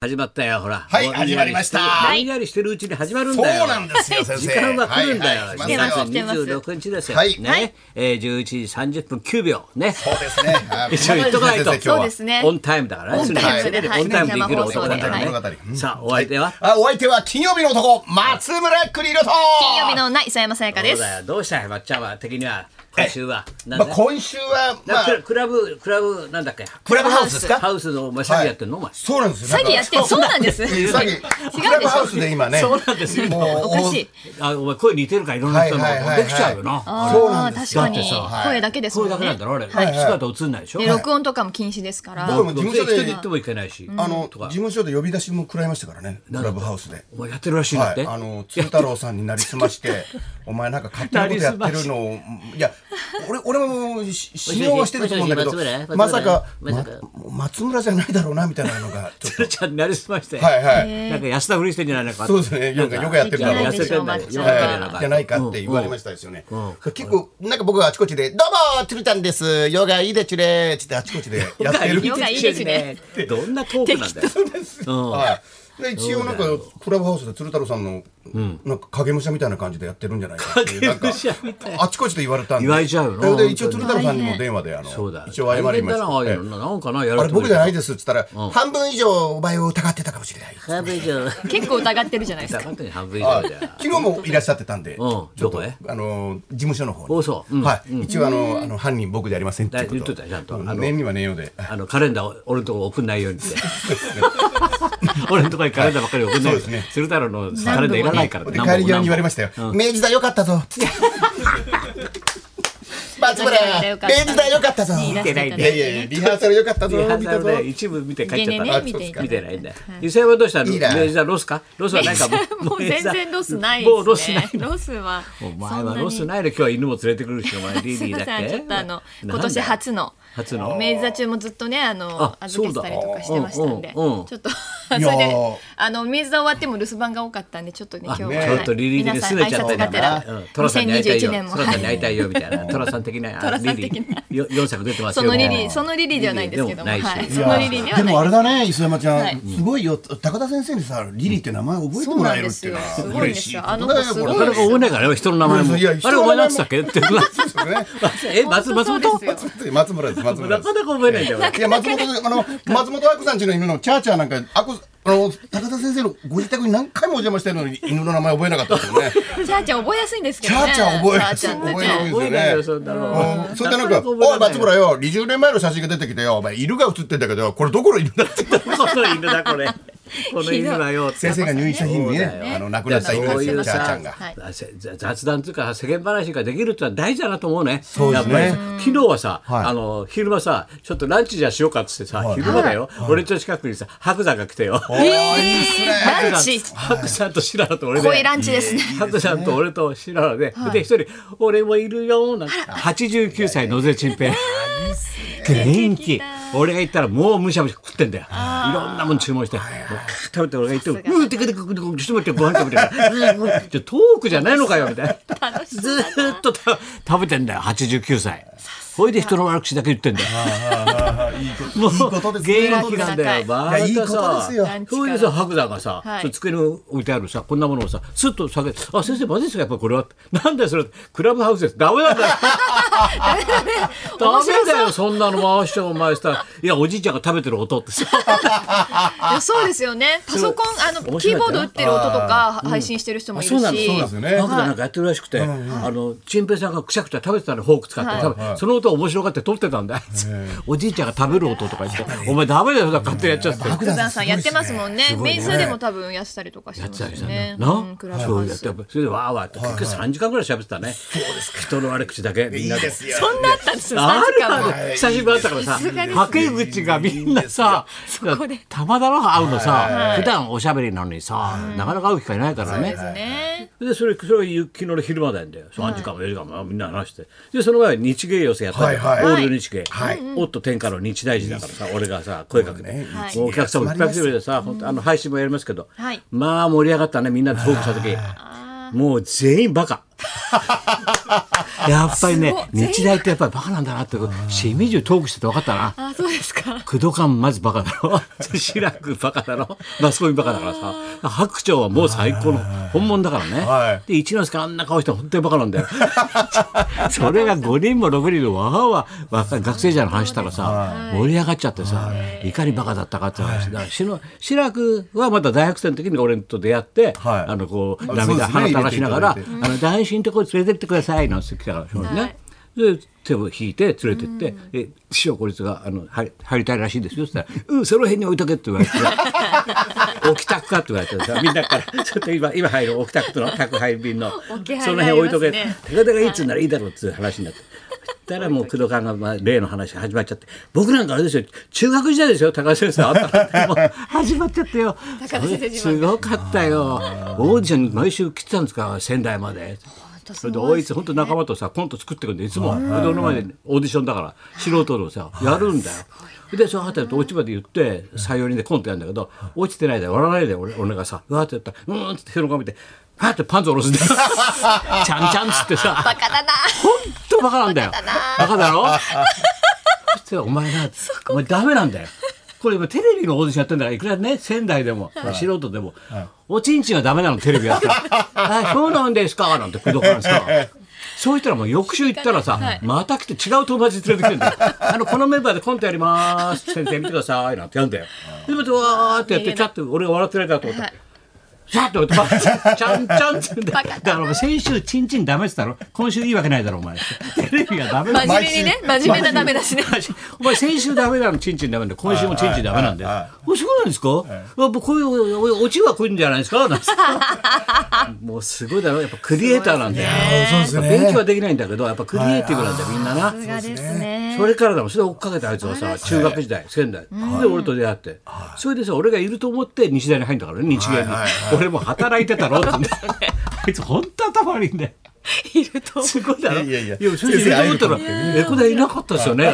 始まったよ、ほら。はいぼんや始まりましたしてるぼんやりしてるうちに始まるんそうだよ。なんですよ、先生。時間は来るんだよ。はい2は月い来ますよ来てます26日ですよ。はいね。えー11時30分9秒。ね。そうですね。はい一緒に言っとかないと先生今そう日ですねオ。ンタイムだからね。オンタイムで常にオンタイムで生きる男だからはい生放送ではね。いさあ、お相手はは。あ、お相手は金曜日の男、松村邦洋と。金曜日の女磯山さやかでどうす。だよ。どうしたよ、まっちゃんは。的には、今週は。なんまあ、だ今週は、まなあ、クラクラブ、クラブ、なんだっけ。クラブハウスですかハウスのお前詐欺やってんのお前。そうなんですよ。詐欺やってるそうなんです。 詐違うでし欺。クラブハウょ。スで今ね。そうなんですよ。もうおかしい。あお前声似てるからいろんな人のはいはいはいはいできちゃうよな。あそうなんですー確だよかにってさ声だけですも声だんね。けなんだろあれ。はい姿映んないでしょ。で録音とかも禁止ですから。僕も事務所で人に言ってもいけないし。あの、と事か務所で呼び出しも食らいましたからね。クラブハウスで。お前やってるらしいんだっはて。い、あの鶴太郎さんになりすましてお前なんか勝手なことやってるのをいや俺俺もし信用はしてると思うんだけどもしもし松村まさか松村ま松村じゃないだろうなみたいなのがちょっつ るちゃんになりすまして。とはいはい、なんか安田ふりしてんじゃないのか。そうですねよくよくやってるだろう痩せてんだよ。いやよくやってんだよはいじゃないかって言われましたですよね、んうん結構なんか僕はあちこちで「どうもつるちゃんですヨガいいでちゅれ」っつってあちこちでやってるヨガいいですね。 どんなトークなんだよ。うんはい、で一応なんかクラブハウスで鶴太郎さんの、なんか影武者みたいな感じでやってるんじゃないかっていうなんか影武者みたいあちこちで言われたんで言われちゃうよなでで本当一に応鶴太郎さんにも電話であそうだのよ。一応謝りま大変だしなああたいえうのなんかなやえあられ僕じゃないでですっつったら、半分以上お前を疑ってたかもしれないす。半分以上。結構疑ってるじゃないですか。本当に半分以あ上じゃ。昨日もいらっしゃってたんうで、んちょどっことへあの事務所の方におそううんはい、一応あのあの犯人僕じゃありませんっていうこだ言とっといたちゃんとうあの念には念ようであのカレンダーを俺のとこ送んないように って。俺のとこにカレンダーばっかり送んないようにそうですね鶴太郎のカレンダーいらないからで帰り際に言われましたよ、明治座良かった ぞつって松村明治座良かったぞ言い出していただいいやいてやいや、リハーサル良かったぞ、リハ見ーサたルぞ。で一部見て帰っちゃったゲネね見ていただい見ててないんだ。伊勢はどうしたの？いいな明治座ロスか？ロスはなんか もう全然ロスないですね。もうロスないの。ロスは。お前はそんなにロスないの今日は犬も連れてくるしお前リすリみーだませっけ？ん、ちょっとあなのんだ今年初の初の明治座中もずっとねあのあ預けてたりとかしてましたんで、そうだうんうんちょっと そーれであの明治座終わっても留守番が多かったんでちょっとね今日は、ちょっとリリー皆でさん拗ね挨ちゃった拶んだがてらうんトラさんに会いたいよ2021年もトラさんに会いたいよみたいなトラさん的なトラさんリリ的なーよ4作出てますそよのリリもーうそのリリーではないんですけどもリリーでもはいないしそのリリーではでもあないれだね、磯山ちゃはんい、すごいよ、高田先生にさ、リリーって名前覚えてもらえるっていうのそはうなんで嬉しすいよことだよ。すごいですよあの子すごないかなか覚えなこれですいからね人の名前もいやいやあれお前なんつったっけってそうですよねえ松松そう本ですよ松村です、松村なでかなか覚えないんだよ俺す。いや、松本、あの、松本明子さんちの犬のチャーチャーなんか、あこ、あの、高田先生のご自宅に何回もお邪魔してるのに、犬の名前覚えなかったですよね。チャーチャー覚えやすいんですけチどャねーチャー覚える。チャーチャーって覚えるんねです覚えよないねよ。そんなのうんそれでなん覚えか、られないおい、松村よ、20年前の写真が出てきたよ、お前、犬が写ってんだけど、これどこの犬だって。この犬だこれ。この犬だよ。先生が入院した日にねそうだよあの亡くなった犬こうですいようチャーちゃさんが、はい雑談というか世間話ができるってのは大事だなと思うね。そうですねやっぱり昨日はさ、はいあの昼間さ、ちょっとランチじゃしようかっつってさ、昼間だよ。俺んちの近くにさ、白山が来てよ。えーランチ白山と白良と俺で。声ランチですね白山と俺と白良で、で一人俺もいるよなんて。八十九歳野瀬チンペイ。元気。俺が行ったらもうむしゃむしゃ食ってんだよ。いろんなもん注文して、もう食べて俺が行っても、うんてくてくてくちょっと待ってご飯食べてから、うんうんじゃあトークじゃないのかよみたいな。ずーっとた食べてんだよ八十九歳。ほいで人の悪口だけ言ってんだよ。もうことですね元気なんだよ。まいやいいこたとでさすよ、それでさ白山がさ、はいその机に置いてあるさこんなものをさスッと下げて「あ先生マジですかやっぱりこれは」 なんだよそれクラブハウスですダメなんだ よ ダ面白そうメだよそんなの回してお前さいやおじいちゃんが食べてる音 ってさいやそうですよねパソコンあ面白のいキよねーボード打ってる音とか配信してる人もいるしそうなのそうなのですよね白山なんかやってるらしくて、あのチンペイさんがくしゃくしゃ食べてたのフォーク使って、食べその音面白がって撮ってたんだよおじいちゃんが食べる音とか言って「お前ダメだよ勝手にやっちゃって」福田さんやってますもんね。ごいねメイズでも多分やってたりとかしてやまってすたよりしたねね。。うんなクラ、ブそハうウやっスて、それでわーわーと結局三時間ぐらい喋ってたね。そうですか。人の悪口だけみんなで。すよそんなあったんですよ。あ3時る間もある久しぶりだったからささすがですねはけ口がみんなさこでたまだろ会うのさ普段おしゃべりなのにさなかなか会う機会ないからねね。でそれそれが昨日の昼間なんだよ3時間も4時間もみんな話してでその前に日芸予選やったじゃんはいはいオールド日芸おっと天下の日大寺だからさ俺がさ声かけてねはいもうお客さんもいっぱい来てくれてさ本当あの配信もやりますけどはいまあ盛り上がったねみんなでトークした時もう全員バカやっぱりねすごい日大ってやっぱりバカなんだなってしみじみトークしてて分かったなあそうですか工藤館まずバカだろ 白くバカだろマスコミバカだからさ白鳥はもう最高の本物だからね、はで一之輔あんな顔して本当にバカ なんだよそれが5人も6人のわはわ若い学生時代の話したらさ盛り上がっちゃってさいかにバカだったかって話だからしの白くはまた大学生の時に俺と出会って、はいあのこうあそうで涙すね鼻垂らしながら「入れてあの大臣のとこに連れてってください」なんて来たから、ねはいで手を引いて連れてって「え師匠こいつがあの入入りたいらしいですよ」って言ったら「うんその辺に置いとけ」って言われ て「置きたくか」って言われてさみんなから「ちょっと今今入る置きたくとの宅配便の置き配その辺置いとけ」がありますね手形がいいっつうならいいだろう」っつう話になって。そしたらもう工藤官がまあ例の話が始まっちゃって僕なんかあれですよ中学時代ですよ高田先生あった のもう始まっちゃってよ高田先生自慢すごかったよオーディション毎週来てたんですから仙台まで当そすれでご大いいつ本当仲間とさコント作ってくんでいつもで俺の前でオーディションだから素人のさやるんだよでそうはってやると落ち葉で言って採用人でコントやるんだけど落ちてないで笑わないで俺俺がさうわーってやったらうーんって背中見てパーってパンツ下ろすん だよちゃんちゃんっつってさバカだな本当バカなんだよ。バカ だろ。そしてお前な、お前ダメなんだよ。これ今テレビのオーディションやってんだから、いくらね、仙台でも、素人でも、おちんちんはダメなの、テレビやってる。あ、そうなんですか、なんて、くどからさ。そう言ったらもう翌週行ったらさ、はいまた来て違う友達連れてきてんだよ。あの、このメンバーでコントやります。先生見てください。なんてやんだよ。で、またわーってやって、ちゃっと俺が笑ってないかと思ったら。シャッと待って、ちゃんちゃんって言うんだよ。だからお前先週チンチンダメって言ったろ。今週いいわけないだろ、お前。テレビがダメだ。真面目にね真面目なダメだしねお前先週ダメなの、チンチンダメなんだよ。今週もチンチンダメなんだよはいはい。おそうなんですか、やっぱこういう、オチは来るんじゃないですかなんて もうすごいだろ。やっぱクリエイターなんだよ。そうですね勉強はできないんだけど、やっぱクリエイティブなんだよ、みんなな。さすがですねそれからだもんそれ追っかけてあいつはさ中学時代仙台で俺と出会ってそれでさ俺がいると思って日大に入んだからね日芸にはいはい俺も働いてたろって言うんだよあいつ本当頭悪いんだよいるとすごいだろいやいやいやそれでいると思ったら先レコ大いなかったですよね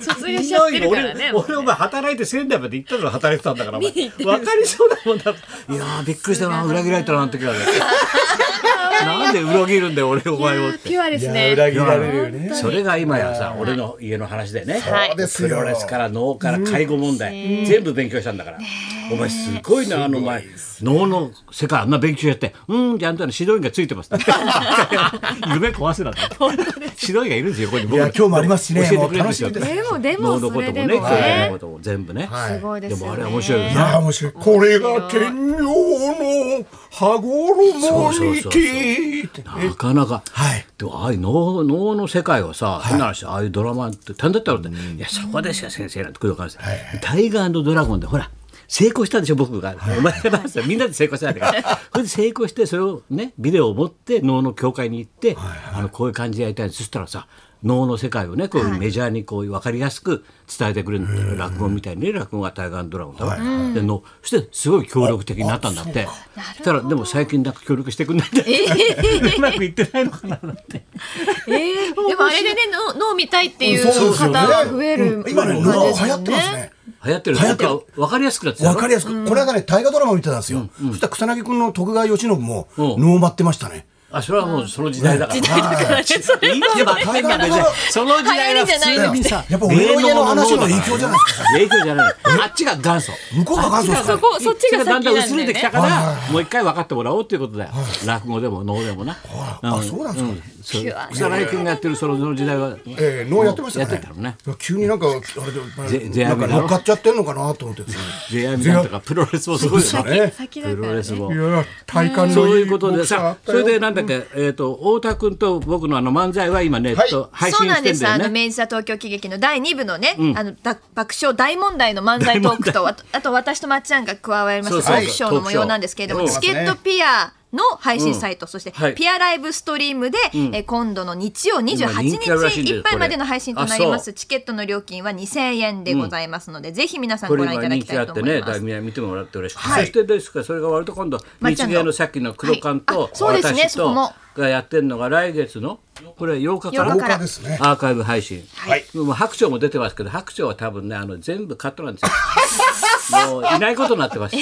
卒業いしちゃっないてよるから俺ねもうね俺お前働いて仙台まで行ったから働いてたんだからお前見に行ってる分かりそうだもんだっていやーびっくりしたな裏切られたなあの時はねなんで裏切るんだよ俺お前をってピュアですいやね裏切られるよね。それが今やさ、俺の家の話でね、はいそうですプよロレスから脳から介護問題、全部勉強したんだから、お前すごいなあのお前脳の世界あんな勉強やってうんじゃああんたの指導員がついてますって夢壊すなって指導員がいるんですよここに僕いや今日もありますしね教えてくれるんですよもう楽しみですでもで脳ものそこれともでねも介護のねことも全部ね、はいすごいでですよもねあれ面白いよいねやー面白い。これが天皇の羽そう衣そうにそうて。なかなか、はいでもああいう脳脳の世界はさ、変な話ああいうドラマって大変だったろうって、いやそこですよ先生なんて工藤官さん、タイガードラゴンでほら成功したでしょ僕が、お前がなんすよみんなで成功したんだからそれで成功してそれをねビデオを持って脳の教会に行って、あのこういう感じでやりたいんですそしたらさ脳の世界をねこういうメジャーにこういう分かりやすく伝えてくれるんだよ落語みたいにね落語が「タイガードラゴン」だろ、でのそしてすごい協力的になったんだってそしたらでも最近なんか協力してくんないんだよ うまくいってないのかななんて。えーでもあれでねの脳見たいっていうそうですよ方ねが増えるうん今ね感流行じですよってますね。流行ってる。流行ってるなんか分かりやすくなってたよわかりやすく、これはね、大河ドラマ見てたんですよ。そしたら草薙君の徳川慶喜も、うん能待ってましたね。あ、それはもうその時代だから。時代だ からねそれ今はやっぱ大河ドラマ別にその時代は普通にさ、やっぱ俺の家の話の影響じゃないですか。影響じゃない。あっちが元祖。向こうが元祖ですそね。こそっちだがん先だなんんだよ薄れてきたねから、もう一回分かってもらおうっていうことだよ。落語でも能でもな。あ、そうなんですかね。そうピュア草薙君がやってるそのその時代は。えー、能やってましたやね。ってたのね。急になんか、あれぜで、ぜなんかやめろ乗っかっちゃってんのかなと思ってですね。 j m なんとかプロレスもすごいよね。ね先だプかロらレねスもい。や、体感のそういいうことでさ、それでなんだっけ、えっと、太田君と僕のあの漫才は今ネット配そう信なしんてでんす。だあのよね。明治座東京喜劇の第二部のね、あのだ爆笑大問題の漫才トークとあとあと私とまっちゃんが加わりまそうしそたうトークショーの模様なんですけれども、はいチケットピアの配信サイト、そしてはいピアライブストリームで、えー今度の日曜28今人気あるらしいん日ですいっぱいまでこのれ配信となりまあそす。チケットの料金は2000円でございますので、ぜひ皆さんこごれ覧い今ただ人き気たあいっとて思ね、いだまいす。ぶ見てもらって嬉しい。はいそしてですから、それが割と今度、まっちゃ日んの芸のさっきの黒缶はとい、あそうですね私そことも、がやってんのが来月の、これ8日か8ら日かからですね。アーカイブ配信。はい。もう白鳥も出てますけど、白鳥は多分ね、あの全部カットなんですよ。もういないことになってます。も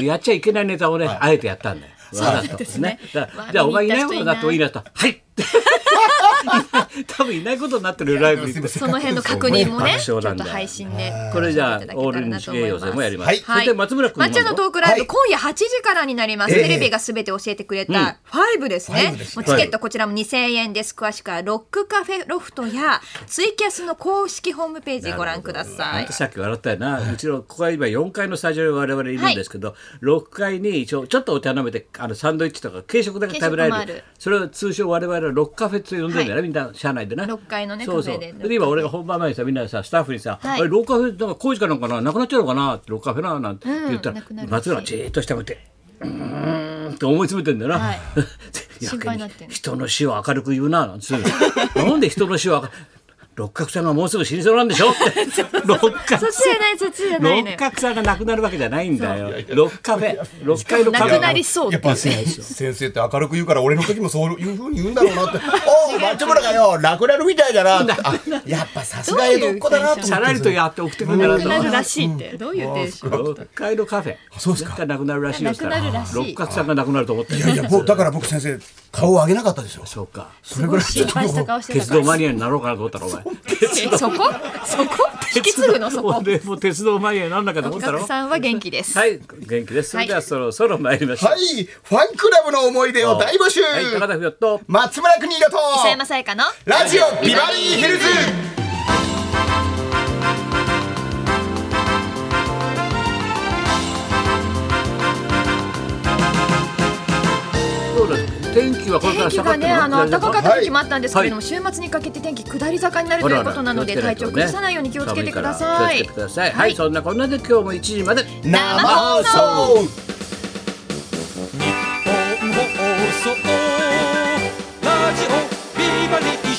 うやっちゃいけないネタをね、あえてやったんだよ。わざとですねだからじゃあお前いないことになってもいいなと、はいって。多分いないことになってるライブにすいませんその辺の確認もね、爆ちょ笑なっんだと配信で。これじゃあいただけオールたらインなシとェ思いヨまゼすもやります、はいそして松村君まっちゃんのトークライブ、はい今夜8時からになります、ええテレビがすべて教えてくれた5ですね、 5ですもうチケットこちらも2000円です詳しくはロックカフェロフトやツイキャスの公式ホームページご覧くださ本い当さっき笑ったよな、うちのここは今4階のスタジオに我々いるんですけど、6階に一応ちょっとお茶飲めてあのサンドイッチとか軽食だけ食べられる軽食もあるそれを通称我々はロックカフェって呼んでるんだよね、はみんな社内でねロッカーのねそうそうカフェでロッカーで今俺が本番前にさみんなさスタッフにさ「はいあれロックカフェなんか工事かなんかななくなっちゃうのかな」って「ロックカフェな」なんて言ったうんらなくなるし松浦じーっとしてみて「うーん」って思い詰めてんだよな、 はいや心配になってんの人の死を明るく言うななんつうの なんで人の死を明る六角さんがもうすぐ死にそうなんでしょって 六角そっちじゃないそっちじゃないの六よ角さんが亡くなるわけじゃないんだよ。六カフェ、六階のカフなくなェ。りそうってやっぱ先先生って明るく言うから俺の時もそういうふうに言うんだろうなって 「おお松村がよラクラルみたいだな」ってあやっぱさすが江戸っ子だなと思ってさらりとやって送ってくれたならくとな思るう。らしいって、どういうテンション六階のカフェ。そうですかがなくなるらしいよ。なくなるらしい六角さんが亡くなると思って。いやいや僕だから僕先生顔を上げなかったですよそうか。それぐらい心配した顔してた鉄から道マニアになろうかなと思ったら、お前。そこそこ引き継ぐのそこ俺も鉄道マニアになんなかと思六ったろ角。さんは元気です、はい、元気です。それではそろそろ参りましょう。はいファンクラブの思い出を大募集、はい、高田ひよっと。松村邦洋と磯山さやかのラジオビバリーヒルズどうです天気はこれから天気下ががってね、あの暖かかった時もあったんですけれどはも、週末にかけて天気下り坂になるということなので、体調崩さないように気をつけてくださ気をいつけて。ください。はい、そんなこんなで今日も1時まで。生放送日本放送ラジオビバリー